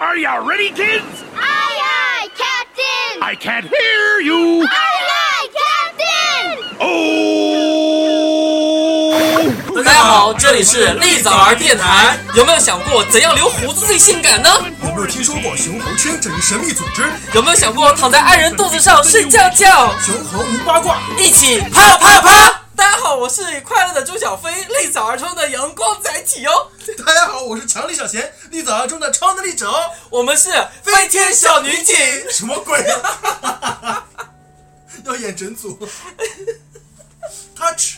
Are you ready, kids? Aye, aye, Captain! I can't hear you. aye, Captain! Oh! 大家好，这里是立早儿电台。有没有想过怎样留胡子最性感呢？有没有听说过熊猴圈这一神秘组织？有没有想过躺在爱人肚子上睡觉觉？熊猴无八卦，一起啪啪啪！大家好，我是快乐的周小飞，立早儿中的阳光载体哦哟。大家好，我是强力小贤，立早儿中的超能力者。哦我们是飞天小女警。 什么鬼、啊？ 要演整组？Touch。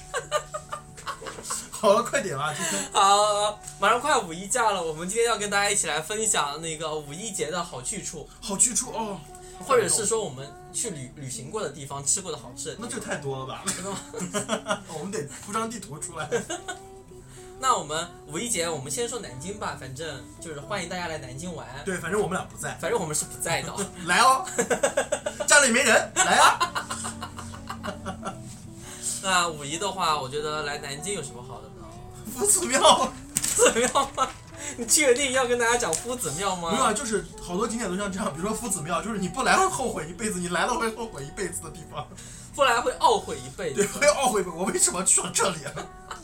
好了，快点啊！今天好，马上快五一假了，我们今天要跟大家一起来分享那个五一节的好去处，好去处哦，或者是说我们去旅旅行过的地方吃过的好吃的地那方。这太多了吧？ 真的吗？我们得铺张地图出来。那我们五一节，我们先说南京吧，反正就是欢迎大家来南京玩。对，反正我们俩不在，反正我们是不在 的。来哦，家里没人，来啊！那五一的话，我觉得来南京有什么好的呢？夫子庙，寺庙吗？你确定要跟大家讲夫子庙吗？没有啊，就是好多景点都像这样，比如说夫子庙，就是你不来会后悔一辈子，你来了会后悔一辈子的地方。不然会懊悔一辈对，子。会懊悔我为什么去了这里、啊。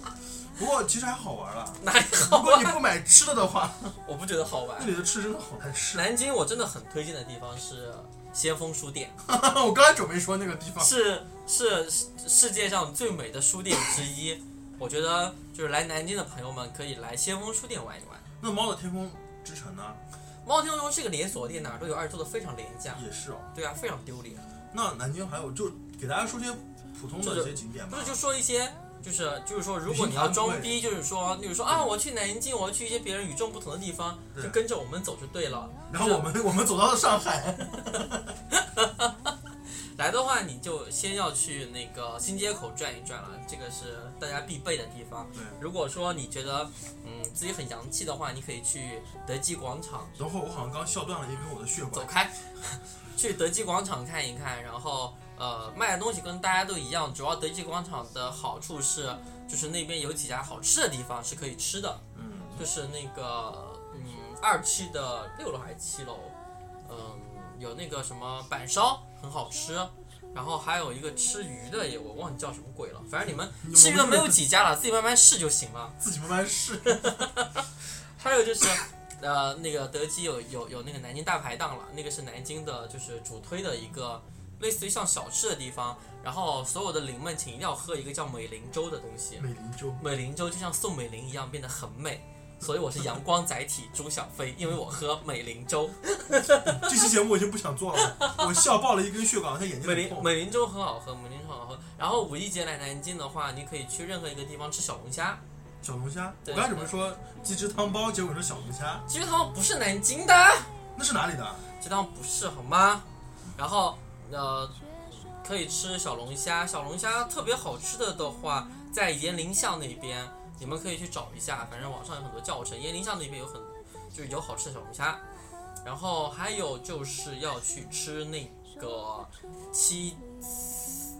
不过其实还好玩了，哪里好如果你玩？不买吃的的话，我不觉得好那玩。里的吃真的好难吃。啊南京我真的很推荐的地方是先锋书店， 我刚才准备说那个地方，是是世世界上最美的书店之一。我觉得就是来南京的朋友们可以来先锋书店玩一玩。那猫的天空之城呢，猫天龙是个连锁店，哪儿都有，而且做的非常廉价。也是哦。对啊，非常丢脸。那南京还有，就给大家说些普通的一些景点不吧是。就说一些，就是就是说，如果你要装逼，就是嗯说，例如说啊，我去南京，我要去一些别人与众不同的地方，对就跟着我们走就对了。然后我们我们走到了上海，来的话，你就先要去那个新街口转一转了，这个是大家必备的地方。对如果说你觉得嗯自己很洋气的话，你可以去德基广场等会儿我好像刚笑断了一根我的血走管。开， 去德基广场看一看，然后呃卖的东西跟大家都一样，主要德基广场的好处是，就是那边有几家好吃的地方是可以吃的。嗯，就是那个嗯二期的六楼还是七楼，嗯有那个什么板烧很好吃，然后还有一个吃鱼的也我忘记叫什么鬼了，反正你们你吃鱼的我们没有几家了，自己慢慢试就行了。自己慢慢试。 还有就是。呃，那个德基有有有那个南京大排档了，那个是南京的，就是主推的一个类似于像小吃的地方。然后所有的灵们，请一定要喝一个叫美林粥的东西。美林粥，美林粥就像宋美龄一样变得很美，所以我是阳光载体朱小飞，因为我喝美林粥。 这期节目我已经不想做了，我笑爆了一根血管，我现在眼睛美很林痛。美林粥很好喝，美林粥很好喝。然后五一节来南京的话，你可以去任何一个地方吃小龙虾，小龙虾，我对刚才准备说鸡汁汤包，结果说小龙虾，鸡汤不是南京的，那是哪里的？鸡汤不是好吗？然后呃，可以吃小龙虾，小龙虾特别好吃的的话，在延陵巷那边，你们可以去找一下，反正网上有很多教程。延陵巷那边有很就是有好吃的小龙虾，然后还有就是要去吃那个七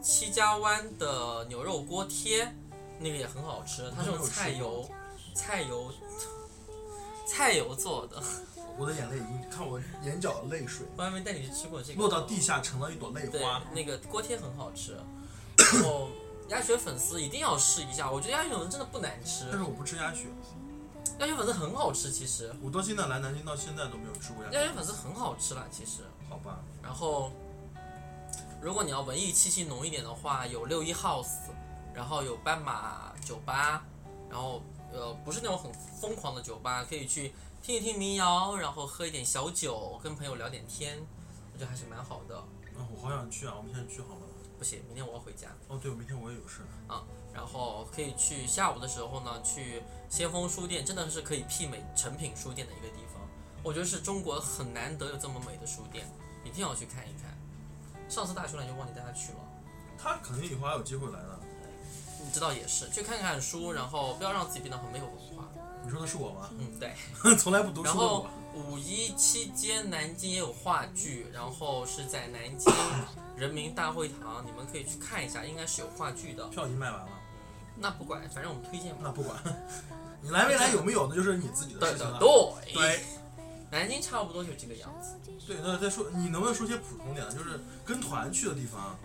七家湾的牛肉锅贴，那个也很好吃，它是用菜油菜油菜油做的。 我的眼泪已经，你看我眼角的泪水我还没带你去吃过这个，落到地下成了一朵泪对花。，那个锅贴很好吃，然后鸭血粉丝一定要试一下，我觉得鸭血粉丝真的不难吃，但是我不吃鸭血，鸭血粉丝很好吃，其实我到现在来南京到现在都没有吃过鸭血。鸭血粉丝很好吃啦，其实。好吧，然后，如果你要文艺气息浓一点的话，有六一 house，然后有斑马酒吧，然后呃不是那种很疯狂的酒吧，可以去听一听民谣，然后喝一点小酒，跟朋友聊点天，我觉得还是蛮好的。啊，我好想去啊！我们现在去好吗？不行，明天我要回家。哦，对，我明天我也有事。啊然后可以去下午的时候呢，去先锋书店，真的是可以媲美诚品书店的一个地方。我觉得是中国很难得有这么美的书店，一定要去看一看。上次大熊来就忘记带他去了，他肯定以后还有机会来的。你知道也是，去看看书，然后不要让自己变得很没有文化。你说的是我吗？ 嗯，对。从来不读书然的后我。五一期间，南京也有话剧，然后是在南京人民大会堂，你们可以去看一下，应该是有话剧的。票已经卖完了，那不管，反正 我们推荐嘛。那不管，你来没来有没有，那就是你自己的对事情对了。对。对，南京差不多就这个样子。对，那再说，你能不能说些普通点的，就是跟团去的地方？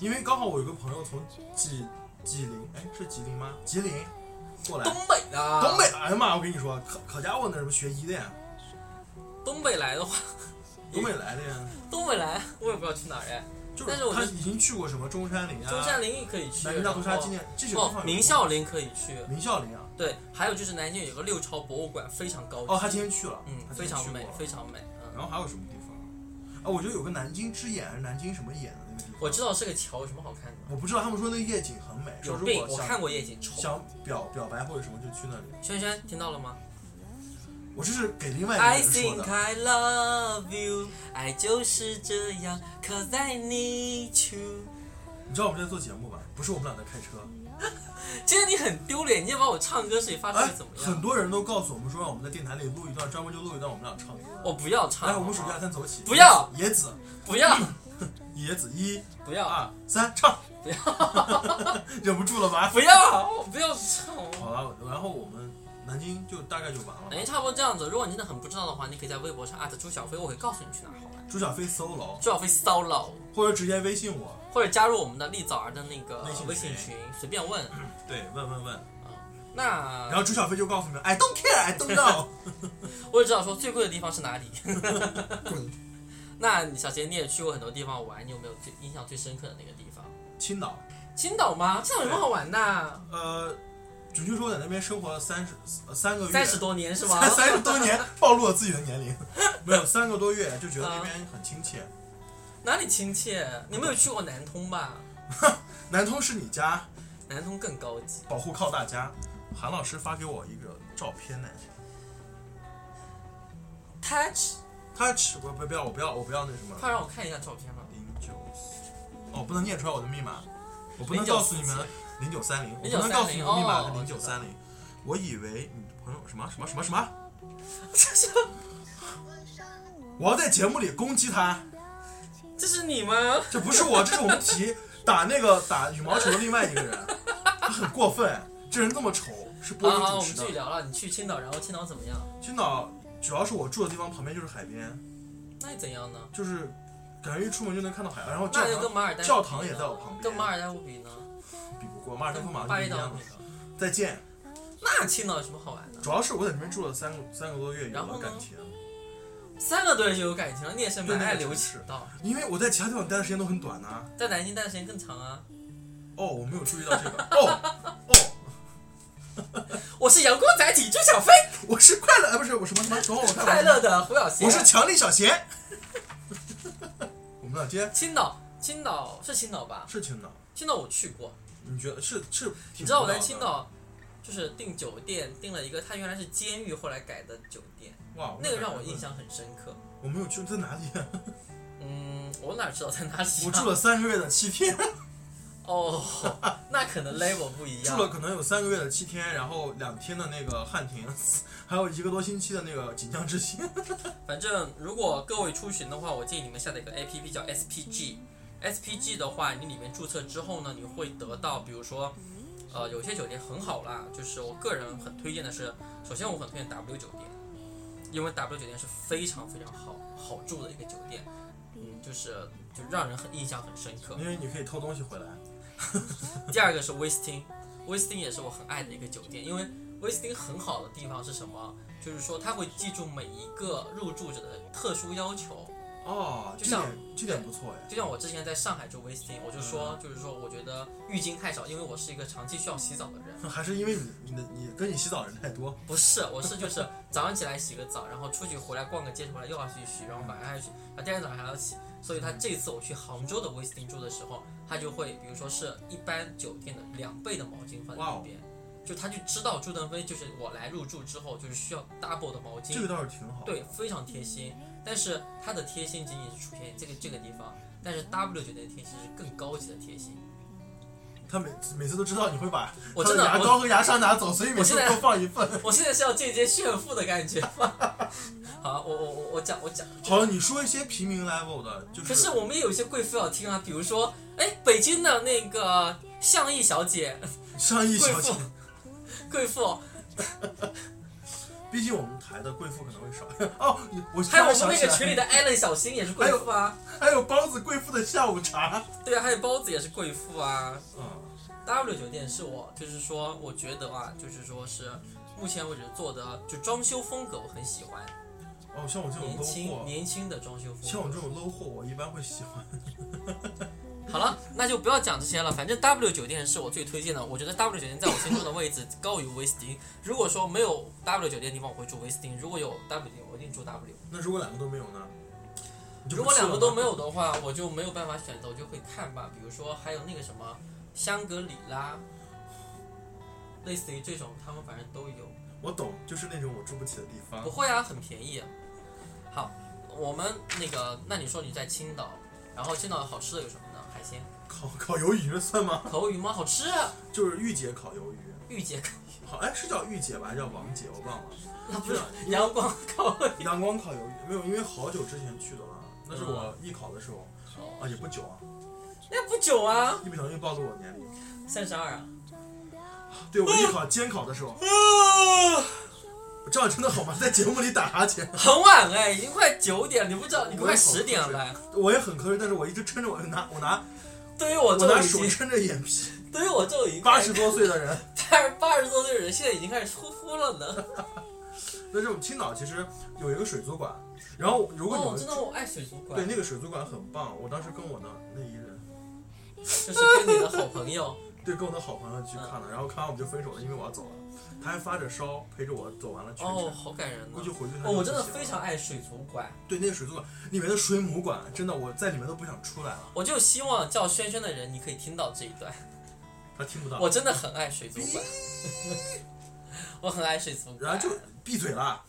因为刚好我有个朋友从济济宁，哎，是吉林吗？吉林过来，东北的，哎东北，哎呀妈，我跟你说，可可家伙那什么学医的呀，东北来的话， 东北来的呀，东北来我也不知道去哪儿哎。就但是我他觉得已经去过什么中山陵啊，中山陵也可以去，南京大屠杀然后纪念，这些地哦方，明孝陵可以去，明孝陵啊，对，还有就是南京有个六朝博物馆，非常高级，哦，他今天去了，嗯，他今非天去常过美，了非常美，嗯，然后还有什么地方啊？啊，我觉得有个南京之眼还是南京什么眼的那个地方，我知道这个桥有什么好看的，我不知道，他们说那夜景很美，说有如病，果我想看过夜景，丑。想表表白或者什么就去那里。轩轩听到了吗我这是给另外一？I 个哎人说 think 的。 I love you，爱就是这样，Cause I need you。你知道我们在做节目吧？不是我们俩在开车，今天你很丢脸，你也把我唱歌事情发出哎去怎么，很样？多人都告诉我们说让我们在电台里录一段，专门就录一段我们俩唱歌。我不要唱，来，我们数好一吗二三，走起。不要野子，不 要野子，一、不要二、三，唱。 不要忍不住了吧？不要，我不要唱。好了，然后我们南京就大概就完哎，了。差不多这样子。如果你真的很不知道的话，你可以在微博上艾特朱小飞，我会告诉你去哪儿好玩。朱小飞 solo，朱小飞骚扰，或者直接微信我，或者加入我们的立早儿的那个微信群微信群，随便 问。对，问问问。那然后朱小飞就告诉你们，I don't care，I don't know。我也知道说最贵的地方是哪里。 那你小杰你也去过很多地方玩，你有没有最印象最深刻的那个地方？青岛，青岛吗？青岛有什么好玩的？呃，准确说我在那边生活了三十呃三个月，三十多年是吗？三十多年，暴露了自己的年龄， 没有三个多月就觉得那边很亲切。哪里亲切？你没有去过南通吧？南通是你家，南通更高级。保护靠大家。韩老师发给我一个照片呢， Touch，他吃我不不要我不要我不要那什么快让我看一下照片 吧。零九，哦不能念出来我的密码，我不能09告诉你们零九三零，我不能告诉你们密码是零九三零，我以为你的朋友什么什么什么什么，这是我要在节目里攻击他。这是你吗？这不是我，这是我们提打那个打羽毛球的另外一个人，他很过分，这人这么丑，是播音好好，主我们持继续的。聊了。你去青岛，然后青岛怎么样？青岛主要是我住的地方旁边就是海边，那又怎样呢？就是感觉一出门就能看到海，然后教那就跟堂马尔代夫比呢教堂也在我旁边，跟马尔代夫比呢？比不过马尔代夫马巴上厘就不一岛样比了。呢？再见，那青岛有什么好玩的？主要是我在那边住了三个三个多月，有然后了呢感情，三个多月就有感情了，你也是蛮对那爱个留城情市的。因为我在其他地方待的时间都很短呐、在南京待的时间更长啊。哦，我没有注意到这个。哦哦，我是阳光宅体朱小 飞，我是快乐，哎，不是我什么什么，等会儿我看快我乐的胡小贤。我是强力小贤。 我们俩今天青岛，青岛是青岛吧？是青岛，青岛我去过，你觉得是是？你你知道我在青岛就是订酒店，订了一个它原来是监狱，后来改的酒店，哇，那个让我印，象很深刻。我没有去在哪里？啊 嗯，我哪知道在哪里、啊？我住了三个月的七天，哦， 那可 能 level 不一样。住了可能有三个月的七天，然后两天的那个汉庭，还有一个多星期的那个锦江之星。 反正如果各位出行的话，我建议你们下载一个 APP 叫 SPG。SPG 的话，你里面注册之后呢，你会得到，比如说，呃，有些酒店很好啦，就是我个人很推荐的是，首先我很推荐 W 酒店，因为 W 酒店是非常非常好好住的一个酒店，嗯，就是就让人很印象很深刻。因为你可以偷东西回来。第二个是威斯汀，威斯汀也是我很爱的一个酒店，因为威斯汀很好的地方是什么？就是说它会记住每一个入住者的特殊要求。哦，就这像点这点不错哎。就像我之前在上海住威斯汀，我就说，就是说，我觉得浴巾太少，因为我是一个长期需要洗澡的人。还是因为你你的你跟你洗澡的人太多，不是，我是就是早上起来洗个澡，然后出去回来逛个街，回来又要去洗，然后晚上还要洗，然后第二天早上还要洗。所以他这次我去杭州的威斯汀住的时候，他就会，比如说是一般酒店的两倍的毛巾放在哇那哦边，就他就知道朱登飞就是我来入住之后就是需要 double 的毛巾，这个倒是挺好。对，，非常贴心。但是它的贴心仅仅是出现于这个这个地方，但是 W 酒店的贴心是更高级的贴心。他每每次都知道你会把我他真的牙我膏和牙刷拿走，所以每我次现在都放一份。我现在是要间接炫富的感觉吗？ 好，我我我我讲我讲。好像你说一些平民 level 的，就是可是我们也有一些贵妇要听啊，比如说，哎，北京的那个向义小姐，上 亿贵小姐妇，贵妇，毕竟我们台的贵妇可能会少。 哦，我还有我突然们想那起个来群 里的艾伦小新也是贵妇啊，还有包子贵妇的下午茶。对啊，还有包子也是贵妇啊。嗯， W 酒店是我就是说，我觉得啊，就是说是目前为止做的就装修风格我很喜欢，哦，像我这种年 low 轻货，年轻的装修像风我格。这种 low 货，我一般会喜欢。 好了，那就不要讲这些了，反正 W 酒店是我最推荐的，我觉得 W 酒店在我心中的位置高于威斯汀。如果说没有 W 酒店的地方，我会住威斯汀；如果有 W 酒店，我一定住 W。那如果两个都没有呢？你就如不果去两了吗个都没，有的话，我就没有办法选择，我就会看吧。比如说还有那个什么香格里拉，类似于这种，他们反正都有。我懂，就是那种我住不起的地方不。会啊，很便宜。好，我们那个，那你说你在青岛，然后青岛有好吃的有什么呢？海鲜、烤烤鱿鱼算吗？口鱼吗？好吃啊，就是御姐烤鱿鱼。御姐烤，好，哎，是叫御姐吧，还是叫王姐？我忘了。那不是阳光烤鱼。 阳光烤鱿鱼没有，因为好久之前去的了，那是嗯我艺考的时候，啊，也不久啊，那不久啊，一不小心暴露我年龄。三十二啊。对我艺考监考的时候，这样真的好吗？在节目里打哈欠，啊很晚哎，已经快九点了，你不知道，你快十点了哎。我也很瞌睡，但是我一直撑着我 拿我拿对于我这种我拿已手经，撑着眼皮，对于我这种已经八十多岁的人。八八十多岁的人，现在已经开始呼呼了呢。那这种青岛其实有一个水族馆，然后如果你哦，们真的我爱水族对馆，那个水族馆很棒，我当时跟我的那一人，就是跟你的好朋 友。对，跟我的好朋友去嗯看了，然后看完我们就分手了，因为我要走了。他还发着烧陪着我走完了全程。哦，好感人呢估。计回去他哦，我就不真的行非了常爱水族馆。对那个水族馆里面的水母馆，真的我在里面都不想出来了。我就希望叫轩轩的人，你可以听到这一段。他听不到，我真的很爱水族馆， 我很爱水族然馆。后就闭嘴啦。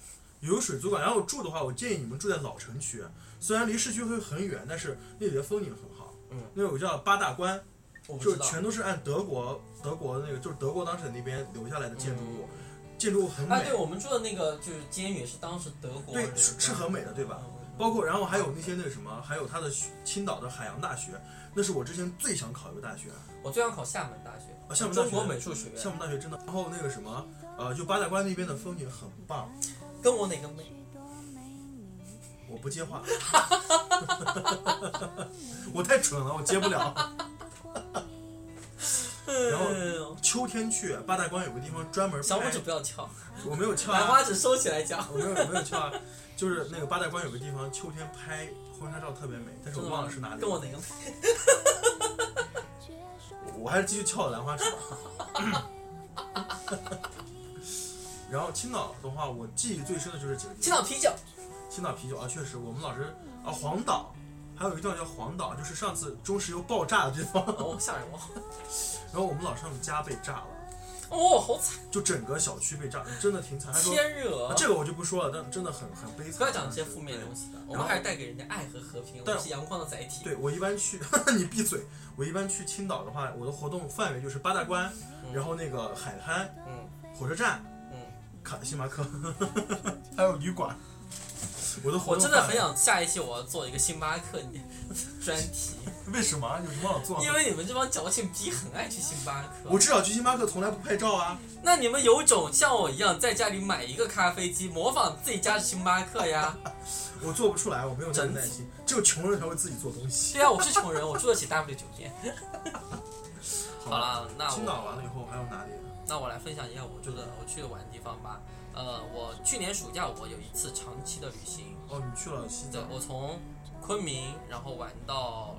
有个水族馆，然后住的话，我建议你们住在老城区，虽然离市区会很远，但是那里的风景很好。嗯，那有个叫八大关，我不就知是道。全都是按德国德国的那个，就是德国当时的那边留下来的建筑物，嗯建筑物很美，啊，对，我们住的那个就是监狱，是当时德国人对是是很美的，对吧？嗯嗯包括然后还有那些那个什么，还有它的学青岛的海洋大学，那是我之前最想考一个大学，我最想考厦门大学，啊厦门大中学国美术学厦院，门大学真的。然后那个什么，呃，就八大关那边的风景很棒，跟我哪个美？我不接话， 我太蠢了，我接不了。然后嗯秋天去八大关有个地方专门小拇拍指不要翘，我没有翘、兰啊，花指收起来讲。我没有没有翘啊，就是那个八大关有个地方秋天拍婚纱照特别美，但是真我的忘吗了是哪里跟我了。哪个美？我还是继续翘兰花指吧。 然后青岛的话，我记忆最深的就是几个地方。青岛啤酒，青岛啤酒啊，确实，我们老师啊，黄岛，还有一个地方叫黄岛，就是上次中石油爆炸的地方。哦，吓人哦， 然后我们老师他们家被炸了，哦，好惨，就整个小区被炸，真的挺惨。他说、天热啊。这个我就不说了，但真的很很悲惨。不要讲这些负面的东西了，我们然后还是带给人家爱和和平，我但们是阳光的载体。对我一般去， 你闭嘴。我一般去青岛的话，我的活动范围就是八大关，然后那个海滩、嗯火车站、嗯。卡星巴克， 还有旅馆。我的活我动真的范很围想下一期我要做一个星巴克你专 题，为什么啊有什么好做的？因为你们这帮矫情逼很爱去星巴我克。至少去星巴克从来不拍照啊。那你们有种像我一样在家里买一个咖啡机，模仿自己家的星巴克呀？我做不出来，我没有那个整 耐心。只有穷人才会自己做东西。对呀、我是穷人，我住得起 W 酒店。 好了，那青岛完了我以后还有哪里？那我来分享一下我住的我去的玩的地方吧。呃，我去年暑假我有一次长期的旅行，哦，你去了西对藏，我从昆明，然后玩到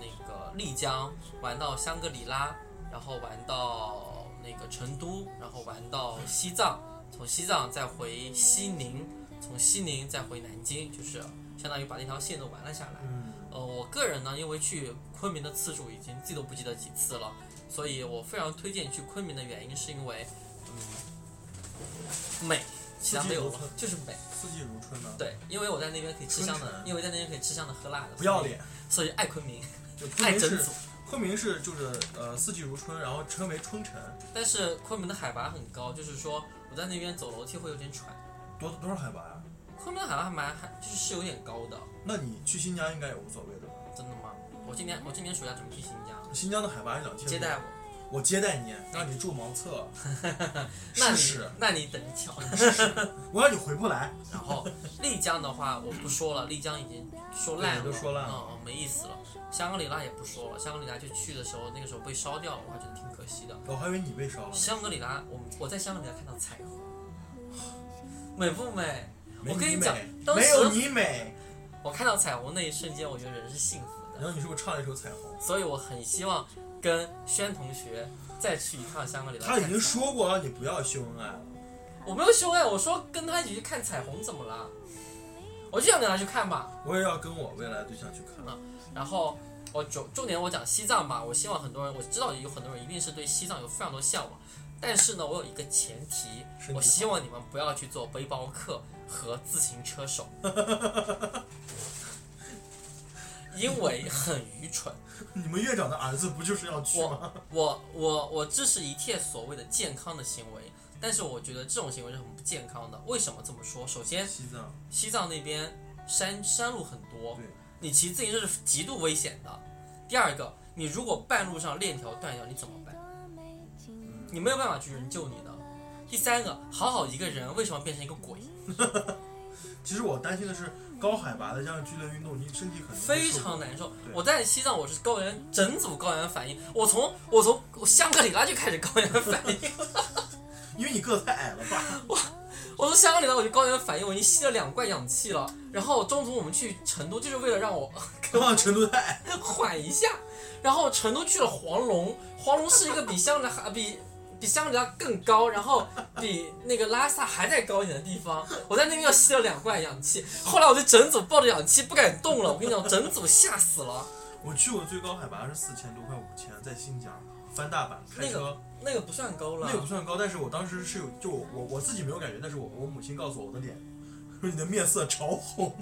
那个丽江，玩到香格里拉，然后玩到那个成都，然后玩到西藏，从西藏再回西宁，从西宁再回南京，就是相当于把那条线都玩了下来。嗯，呃，我个人呢，因为去昆明的次数已经记都不记得几次了，所以我非常推荐去昆明的原因是因为，嗯，美，其他没有了，就是美。四季如春呢。对，因为我在那边可以吃香春的，城因为在那边可以吃香的喝辣的，不要脸，所以，所以爱昆明，就昆爱明整是组。昆明是就是呃四季如春，然后称为春城。但是昆明的海拔很高，就是说我在那边走楼梯会有点喘。多多少海拔呀？昆明的海拔还蛮还就是是有点高的，那你去新疆应该也无所谓的吧？真的吗？我今年我今年暑假准备去新疆，新疆的海拔是两接千待嗯多，我，我接待你，让你住茅厕，那试你试，那你等一 瞧。我让你回不来。然后丽江的话我不说了，丽江已经说烂了，对都说烂了嗯，嗯没意思了。香格里拉也不说了，香格里拉就去的时候，那个时候被烧掉了，我还觉得挺可惜的。我还以为你被烧了呢，香格里拉，我们我在香格里拉看到彩虹，美不美？没我跟你你讲美，当没时有你美。我看到彩虹那一瞬间，我觉得人是幸福然的，后你是不是唱了一首《彩虹》？所以我很希望跟轩同学再去一趟香格里拉。他已经，说过让你不要秀恩爱了，我没有秀恩爱，我说跟他一起去看彩虹怎么了？我就想跟他去看吧。我也要跟我未来对象去看。然后我重重点我讲西藏吧，我希望很多人，我知道有很多人一定是对西藏有非常多向往，但是呢，我有一个前提身体，好我希望你们不要去做背包客和自行车手， 因为很愚 蠢。你们院长的儿子不就是要去吗我？我我我支持一切所谓的健康的行为，但是我觉得这种行为是很不健康的。为什么这么说？首先，西藏，西藏那边山山路很多对，你骑自行车是极度危险的。第二个，你如果半路上链条断掉，你怎么办？嗯你没有办法去人救你的。第三个，好好一个人为什么变成一个鬼？其实我担心的是高海拔的这样剧烈运动，你身体可能会非受不了常难受。对我在西藏，我是高原整组高原反应，我从我从我香格里拉就开始高原反 应，因为你个子太矮了吧？我从香格里拉我就高原反应，我已经吸了两罐氧气了。然后中途我们去成都，就是为了让我刚刚程度太矮，缓一下。然后成都去了黄龙，黄龙是一个比香格里拉 比比香格里拉更高，然后比那个拉萨还再高一点的地方。我在那边又吸了两罐氧气，后来我就整组抱着氧气不敢动了。我跟你讲，整组吓死了。 我去过最高海拔是四千多，快五千，在新疆翻大阪开那车。个那个不算高了，那个不算高，但是我当时是有，就我我我自己没有感觉，但是我我母亲告诉我我的脸，说你的面色潮红，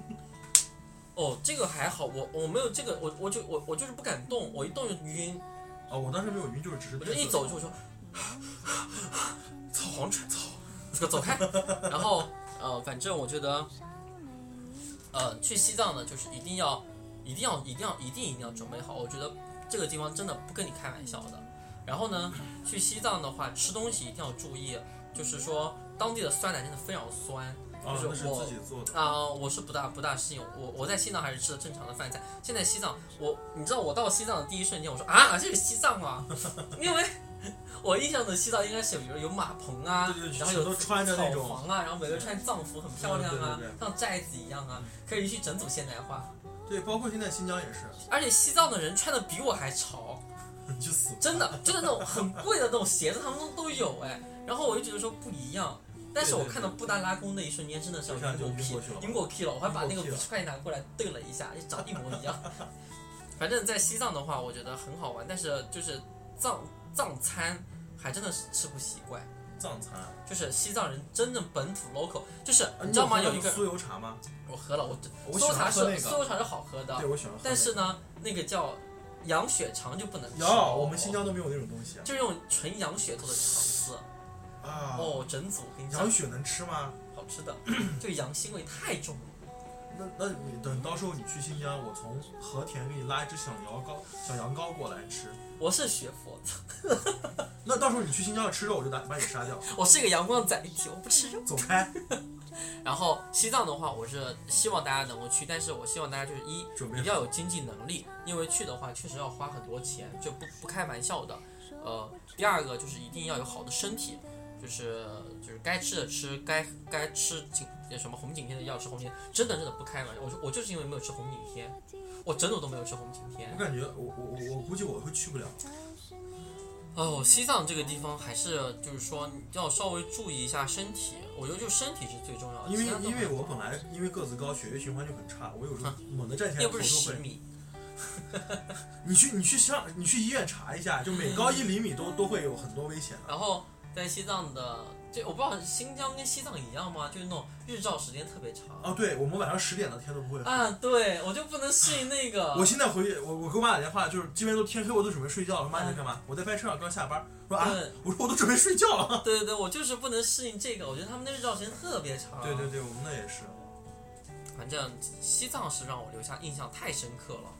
哦，这个还好，我我没有这个，我我就我我就是不敢动，我一动就晕，啊、我当时没有晕，就是只是我就一面色走就我说，操黄船，操，这个走开。然后呃，反正我觉得，呃，去西藏呢，就是一定要，一定要，一定要，一定一定要准备好。我觉得这个地方真的不跟你开玩笑的。然后呢，去西藏的话，吃东西一定要注意，就是说当地的酸奶真的非常酸，啊，就那是是我自己做的，啊、我是不大不大适应。我我在西藏还是吃的正常的饭菜。现在西藏，我你知道我到西藏的第一瞬间，我说啊，这是西藏吗？ 因为我印象中的西藏应该是有比如有马棚啊对对，然后有都穿着那种草房啊，然后每个人穿藏服很漂亮啊对对对，像寨子一样啊，可以去整组现代化。对，包括现在新疆也是， 而且西藏的人穿的比我还潮。你去死吧，真的就是那种很贵的那种鞋子，他们都都有哎。然后我就觉得说不一样，但是我看到布达拉宫那一瞬间，真的是要对对对英国就晕过 P 去了英国 P 了，我还把那英个国 P 五了十块拿过来兑了一下，就长一模一样。 反正，在西藏的话，我觉得很好玩，但是就是藏藏餐还真的是吃不习惯，藏餐，啊就是西藏人真正本土 local，就是你你知道吗？有有喝一个酥油茶吗？我喝了，我我喜酥油欢茶是喝那个酥油茶是好喝的，对，我喜欢喝啊那个。但是呢，那个叫羊血肠就不能吃。有，我们新疆都没有那种东西就用纯羊血做的肠子，啊。，哦，整组我跟你讲羊，血能吃吗？好吃的， 这个羊腥味太重了。那那你等到时候你去新疆，我从和田给你拉一只小羊羔小羊羔过来吃。我是学佛的，那到时候你去新疆要吃肉，我就打把你杀掉，我是一个阳光载体，我不吃肉。走开。然后西藏的话，我是希望大家能够去，但是我希望大家就是一准备一定要有经济能力，因为去的话确实要花很多钱，就不不开玩笑的。呃，第二个就是一定要有好的身体，就是就是该吃的吃，该该吃景什么红景天的要吃红景天，真的真的不开玩笑。我就我就是因为没有吃红景天，我整组都没有吃红景天我。感觉我我我我估计我会去不了。哦，西藏这个地方还是就是说要稍微注意一下身体，我觉得就身体是最重要的。因为其他的因为我本来因为个子高，血液循环就很差，我有时候猛地站起来又头不就是十会。米，你去你去上你去医院查一下，就每高一厘米都都会有很多危险的。然后在西藏的这我不知道新疆跟西藏一样吗？就是那种日照时间特别长哦，对，我们晚上十点了，天都不会黑。啊，对我就不能适应那个。我现在回去，我我给我妈打电话，就是这边都天黑，我都准备睡觉了。我说妈，嗯你在干嘛？我在拍车上刚下班。我说啊对，我说我都准备睡觉了。对对对，我就是不能适应这个，我觉得他们的日照时间特别长。对对，对，我们那也是。反正西藏是让我留下印象太深刻了。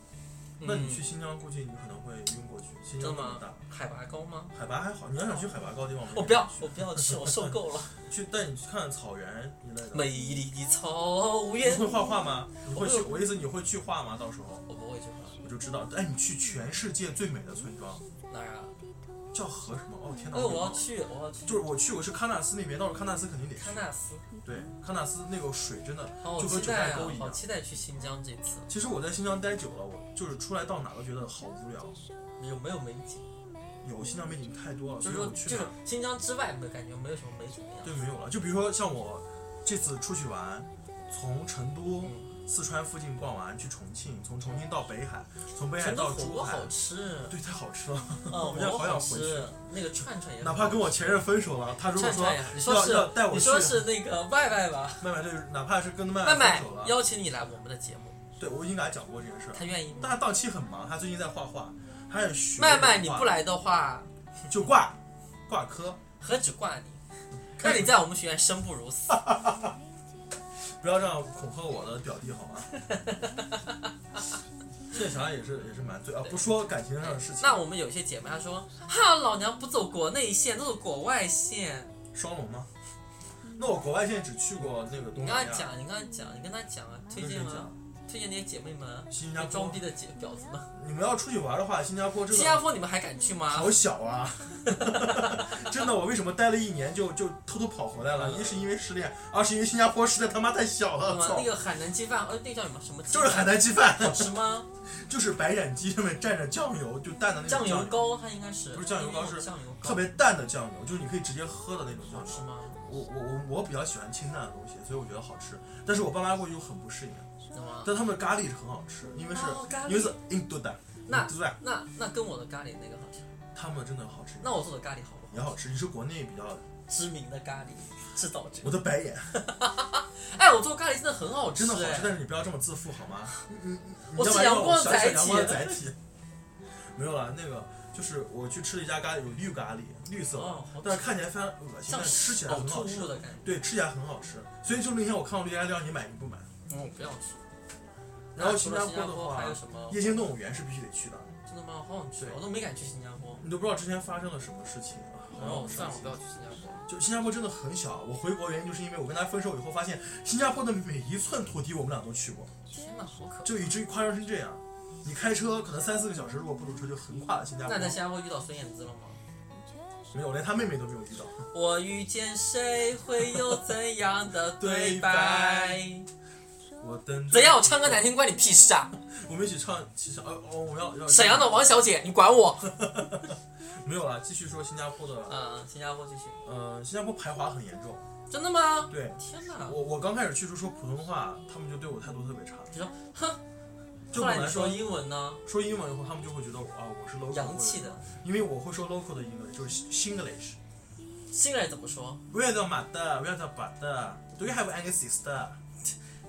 那你去新疆，估计你可能会晕过去。新疆嗯真的这么大吗，？海拔高吗？海拔还好。你要想去海拔高的地方，我不要，我不要去，我受够 了。去带你去看看草原一类的。美丽的草你原，会画 画吗？你会去？我我意思你会去画吗？到时候我不会去画我就知道。哎，你去全世界最美的村庄，哪儿啊？叫河什么？哦天哪！哎，也我忘要了。去，我要去就是我去，我是喀纳斯那边，到时候喀纳斯肯定得去。喀纳斯，对，喀纳斯那个水真的好就和期九待寨啊沟一！好样。期待去新疆这次，其实我在新疆待久了，我就是出来到哪都觉得好无聊。有没有美景？有新疆美景太多了，就所是以说，我去就哪是新疆之外，没有感觉没有什么美景一样。对没有了。就比如说像我这次出去玩，从成都、嗯四川附近逛完去重庆，从重庆到北海，从北海成都到火珠锅海好，吃，对，太好吃了。嗯，我们家火锅好想好回吃，那个串串也哪好怕跟我前任分手了，他如果串说串呀，你说要是要带我去，你说是那个麦麦吧？麦麦就是哪怕是跟麦麦分麦手了，邀请你来我们的节目，对我已经给他讲过这件事儿。他愿意但吗？他档期很忙，他最近在画画，他也学。麦麦你不来的话，就挂挂科，何止挂 你？那你在我们学院生不如死。不要这样恐吓我的表弟好吗？ 现在想想也是也是蛮对啊，不说感情上的事情，那我们有一些姐妹她说，哈，老娘不走国内线，都走国外线。双龙吗？那我国外现在只去过那个东你跟南她亚，讲，你跟她讲，你跟她讲啊，推跟谁荐啊讲，？推荐那些姐妹们啊，新加坡装逼的姐婊子们。你们要出去玩的话，新加坡真新加的坡你们还敢去吗好？小啊！ 真的，我为什么待了一年就就偷偷跑回来了？嗯一是因为失恋，二是因为新加坡实在他妈太小什了，么啊操那！个海南鸡饭，呃，那个叫什么什么鸡就饭？是海南鸡饭， 好吃吗？就是白斩鸡上面蘸着酱油，就淡的那种酱油油膏它应该是不是酱油膏是酱油膏，特别淡的酱油，就是你可以直接喝的那种酱好吃油。吗？我我我我比较喜欢清淡的东西，所以我觉得好吃。但是我爸妈过去就很不适应，啊怎么？但他们的咖喱是很好吃，因为是、哦咖喱因为是印度的，那印度的那那跟我的咖喱那个好吃，他们真的好吃，那我做的咖喱好不也好？好吃。你是国内比较知名的咖喱制造者我，的白眼，哎，我做咖喱真的很好吃，真的好吃，哎但是你不要这么自负好吗？嗯我你是干嘛阳要光小小载阳光的体。载体。没有啦，那个就是我去吃了一家咖喱，有绿咖喱，绿色的，哦好但是看起来非常恶心，像但是吃起来呕很吐好吃物。的感觉，对，吃起来很好吃。所以就那天我看到绿咖喱让你买，你不买。嗯，我不要吃。然后那新除加了坡新加的坡话还有什么？夜间动物园是必须得去的。真的吗？好想去，对我都没敢去新加坡。你都不知道之前发生了什么事情，啊然后好哦算伤了，我不。要心去新加坡。就新加坡真的很小，我回国原因就是因为我跟他分手以后，发现新加坡的每一寸土地我们俩都去过，天哪，好可怕！就以至于夸张成这样。你开车可能三四个小时，如果不堵车就横跨了新加坡那。你在新加坡遇到孙燕姿了吗？没有，我连他妹妹都没有遇到。我遇见谁会有怎样的对 白？我等着怎样？我唱歌难听关你屁事啊！我们一起唱其实哦哦，我要要沈阳的王小姐，你管 我？没有啦，继续说新加坡的，嗯，新加坡继续。呃，新加坡排华很严重。真的吗？对，天哪！我我刚开始去就说普通话，他们就对我态度特别差。你说，哼，就后来本你来说说英文呢，说英文以后，他们就会觉得我啊我是 local 洋气的。因为我会说 local 的 English，就是 Singlish。新人怎么说？不要叫马的，不要叫爸的。Do you have any sister？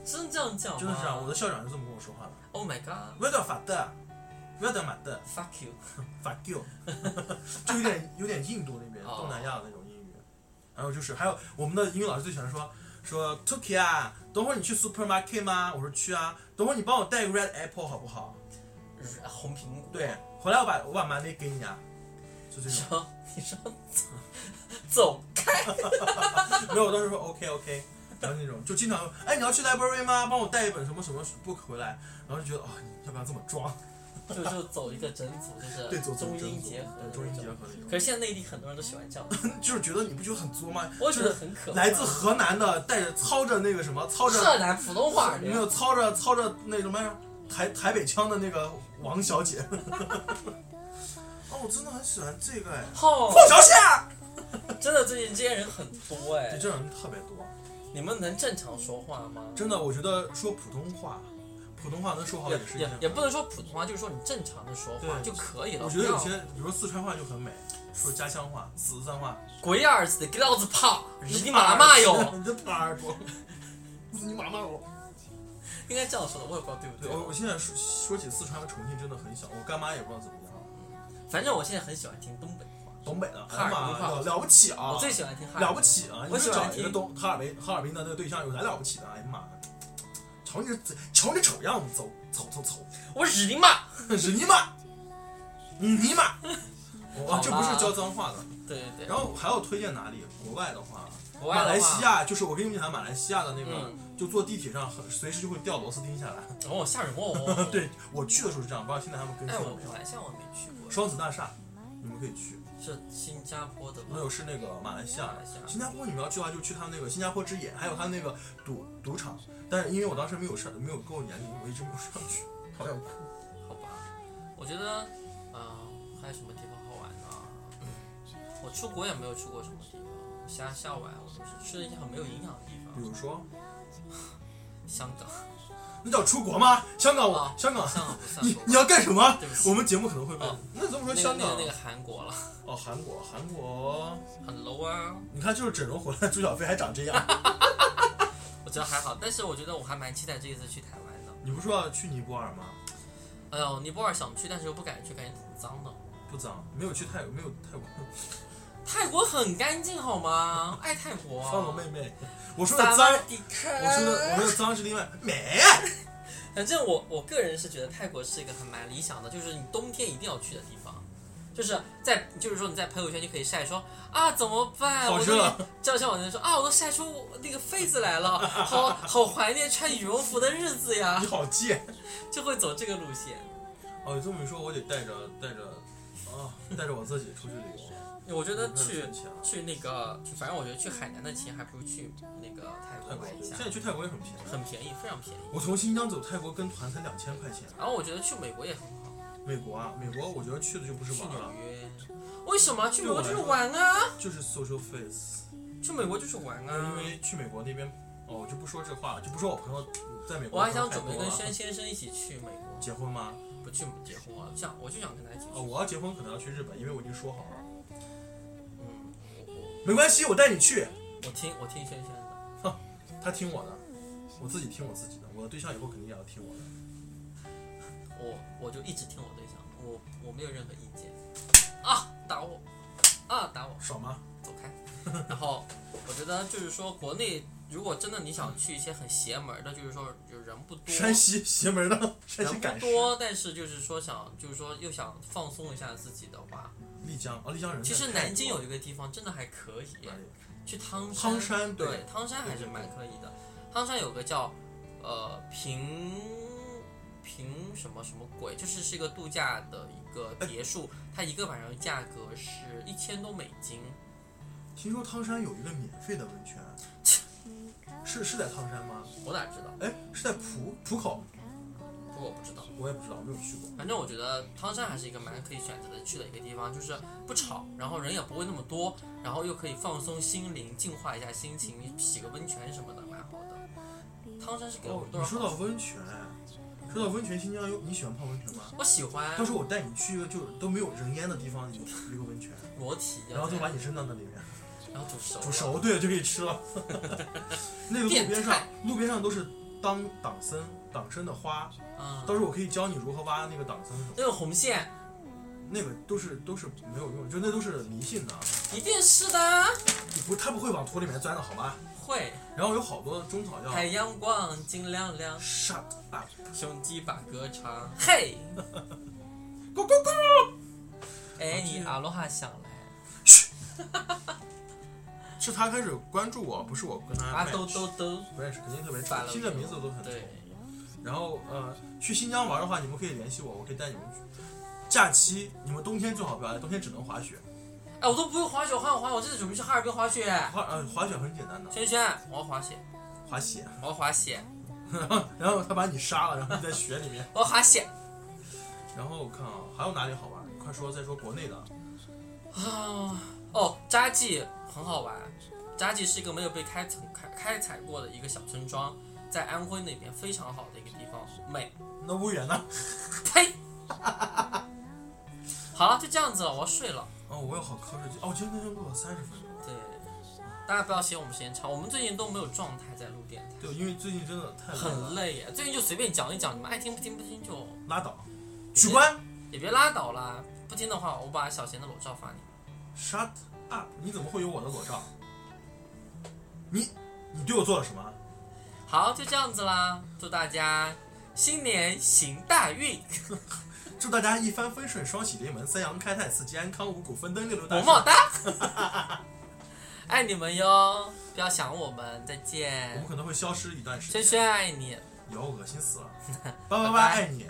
真这样讲吗？真的是这啊样，我的校长就这么跟我说话的。 Oh my god！不要叫法的，不要叫马的 Fuck you！ ，fuck you，就有点有点印度那边哦东南亚的那种英语。然后就是还有我们的英语老师最喜欢说说 Tuki 啊，等会儿你去 supermarket 吗？我说去啊，等会儿你帮我带 red apple 好不好？啊红苹果。对，回来我把我把 money 给你啊，就这你种。说，你说走，走开！没有，我当时说 OK OK，然后 那种就经常，哎，你要去 library 吗？帮我带一本什么什么 book 回来，然后就觉得啊、你要不要这么装？就就走一个整组，就是对，走中英结合的那对，种，中英结合的那可种，是现在内地很多人都喜欢 这样，就是觉得你不觉得很作吗？我觉得就是很可怕。来自河南的，带着操着那个什么，操河着南普通话没有人，操着操着那什么呀台台北腔的那个王小姐。 哦，我真的很喜欢这个哎，好，凤小姐，真的最近这些人很多哎对，，这种人特别多。你们能正常说话吗？真的，我觉得说普通话，普通话能说好哦也是一也件也很不能说普通话，就是说你正常的说话对就可以了。我觉得有些不要，比如说四川话就很美，说家乡话、四川话，鬼儿子的，给老子趴！日你妈妈哟！ 你这耙耳朵，你妈妈哟！应该这样说的，我也不知道对不对，我对。我现在说说起四川和重庆真的很小，我干妈也不知道怎么样，反正我现在很喜欢听东北话，东北的，哈尔滨话哎呀妈了了不起啊，我最喜欢听哈尔滨了不起啊！我你喜就欢找听一个东哈尔滨哈尔滨的那个对象，有啥了不起的？哎呀妈呀，瞧你这瞧你这丑样子，走走走走， 我日你妈！日你妈，你妈！我这不是教脏话的。对对然后还要推荐哪里？国外的话，对，国外的马话来西，亚就是我跟你们讲，马来西亚的那个，嗯就坐地铁上很随时就会掉螺丝钉下来。 ！哦，吓人哦对我去的时候是这样，不知道现在他们更哎，新我了没马有。来西亚我没去过，双子大厦，你们可以去。是新加坡的没吗？有是那个马来西亚马来西亚新加坡你们要去的话就去他那个新加坡之眼，还有他那个赌赌场。但是因为我当时没有上，没有够年龄，我一直没有上去，好想哭。好吧，我觉得，嗯、还有什么地方好玩呢？我出国也没有去过什么地方，瞎瞎玩，我都是去了一些很没有营养的地比方，如说，香港，嗯那叫出国吗？香港，啊我香港，香港不算你国你要干什么对不？起我们节目可能会被哦。那这么那说，个香那港个那个韩国了，哦，韩国，韩国，很 low 啊。你看就是整容回来，朱小飞还长这样。 我觉得还好，但是我觉得我还蛮期待这一次去台湾的。你不说要去尼泊尔吗？哎呦，尼泊尔想去，但是又不敢去，感觉挺脏的。不脏，没有去泰，没有泰国。哦嗯泰国很干净好吗？爱泰国。算了，妹妹，我说的萨脏瓦，迪卡。我说的我说的脏 是另外美。反正我我个人是觉得泰国是一个很蛮理想的，就是你冬天一定要去的地方，就是在就是说你在朋友圈就可以晒说啊怎么办？好我热都就像我那天说啊，我都晒出我那个痱子来了，好好怀念穿羽绒服的日子呀 你，好贱。就会走这个路线。哦，你这么一说，我得带着带着啊，带着我自己出去旅游。我觉得我去看看去那个，反正我觉得去海南的钱还不如去那个泰泰国国玩一对，下现，在去泰国也很便宜。很便宜，非常便宜。我从新疆走泰国跟团才两千块钱。然后我觉得去美国也很好，美国啊，美国我觉得去的就不是去玩纽了，约，为什么去美国对就是我来说玩啊？就是 social face。去美国就是玩啊因！为去美国那边，哦，我就不说这话了，就不说我朋友在美国。我还想准备跟轩先生一起去美国，结婚吗？不去结婚啊，想我就想跟他一起哦，去。我要结婚可能要去日本，因为我已经说好了。嗯，没关系，我带你去。我听我听轩先生的，他听我的，我自己听我自己的。我的对象以后肯定也要听我的。我我就一直听我对象，我我没有任何意见。啊，打我！啊，打我！爽吗？走开。 然后我觉得就是说，国内如果真的你想去一些很邪门儿的，就是说就是人不多，山西邪门的，山西人赶不尸。多，但是就是说想就是说又想放松一下自己的话，丽江哦，丽江人其在实泰国。南京有一个地方真的还可以，哪里去汤汤山对对汤山还是蛮可以的。汤山有个叫呃平平什么什么鬼，就是是一个度假的一个哎别墅，它一个晚上价格是一千多美金。听说汤山有一个免费的温泉，是是在汤山吗？我哪知道？哎，是在浦浦口，不过我不知道。我也不知道，我没有去过。反正我觉得汤山还是一个蛮可以选择的去的一个地方，就是不吵，然后人也不会那么多，然后又可以放松心灵，净化一下心情，洗个温泉什么的，蛮好的。汤山是给我哦们，多你少说好到处？温泉，说到温泉，新疆有你喜欢泡温泉吗？我喜欢到时候我带你去一个就是都没有人烟的地方，有一个温泉，裸体，然后就把你扔到那里面，然后煮熟了，煮熟对就可以吃了。 那个路边变上态，路边上都是当党参、党参的花，嗯，到时候我可以教你如何挖那个党参什么，那个红线那个都是都是没有用，就那都是迷信的，啊，一定是的，啊你不他不会往土里面钻的好吗？会然后有好多中草药啊太哎阳光金亮亮， ，shut up，兄弟把歌唱，嘿，咕咕咕，啊哎，你阿罗哈想来，是他开始关注我，不是我跟他啊 match 兜兜兜，不认识，肯定特别反丑，了听着名字都很丑。对，然后呃，去新疆玩的话，你们可以联系我，我可以带你们去。假期你们冬天最好不要来，冬天只能滑雪。哎，我都不会滑雪，滑滑，我真的准备去哈尔滨滑雪。滑呃滑雪很简单的，轩轩，我要滑雪，滑雪。我要滑雪， 然后他把你杀了，然后你在雪里面。 我要滑雪然后我看啊，还有哪里好玩？你快说，再说国内的。啊！哦，扎记很好玩，扎记是一个没有被开采开开采过的一个小村庄，在安徽那边非常好的一个地方，美。那威远呢？呸！ 好了，就这样子了，我要睡了。哦，我有好瞌睡觉。哦，今天录了三十分钟。对，大家不要嫌我们时间长，我们最近都没有状态在录电台，对，因为最近真的太累了很累耶。最近就随便讲一讲，你们爱听不听不听就拉倒，哎取关。也别拉倒啦。不听的话，我把小贤的裸照发你。 Shut up！你怎么会有我的裸照？你你对我做了什么？好，就这样子啦，祝大家新年行大运！祝大家一帆风顺，双喜临门，三阳开泰，四季安康，五谷丰登，六六大么顺。么哒， 爱你们哟！不要想我们，再我们见。可能会消失一段时轩间。轩爱你。 有恶心死了，拜拜拜拜，爱你。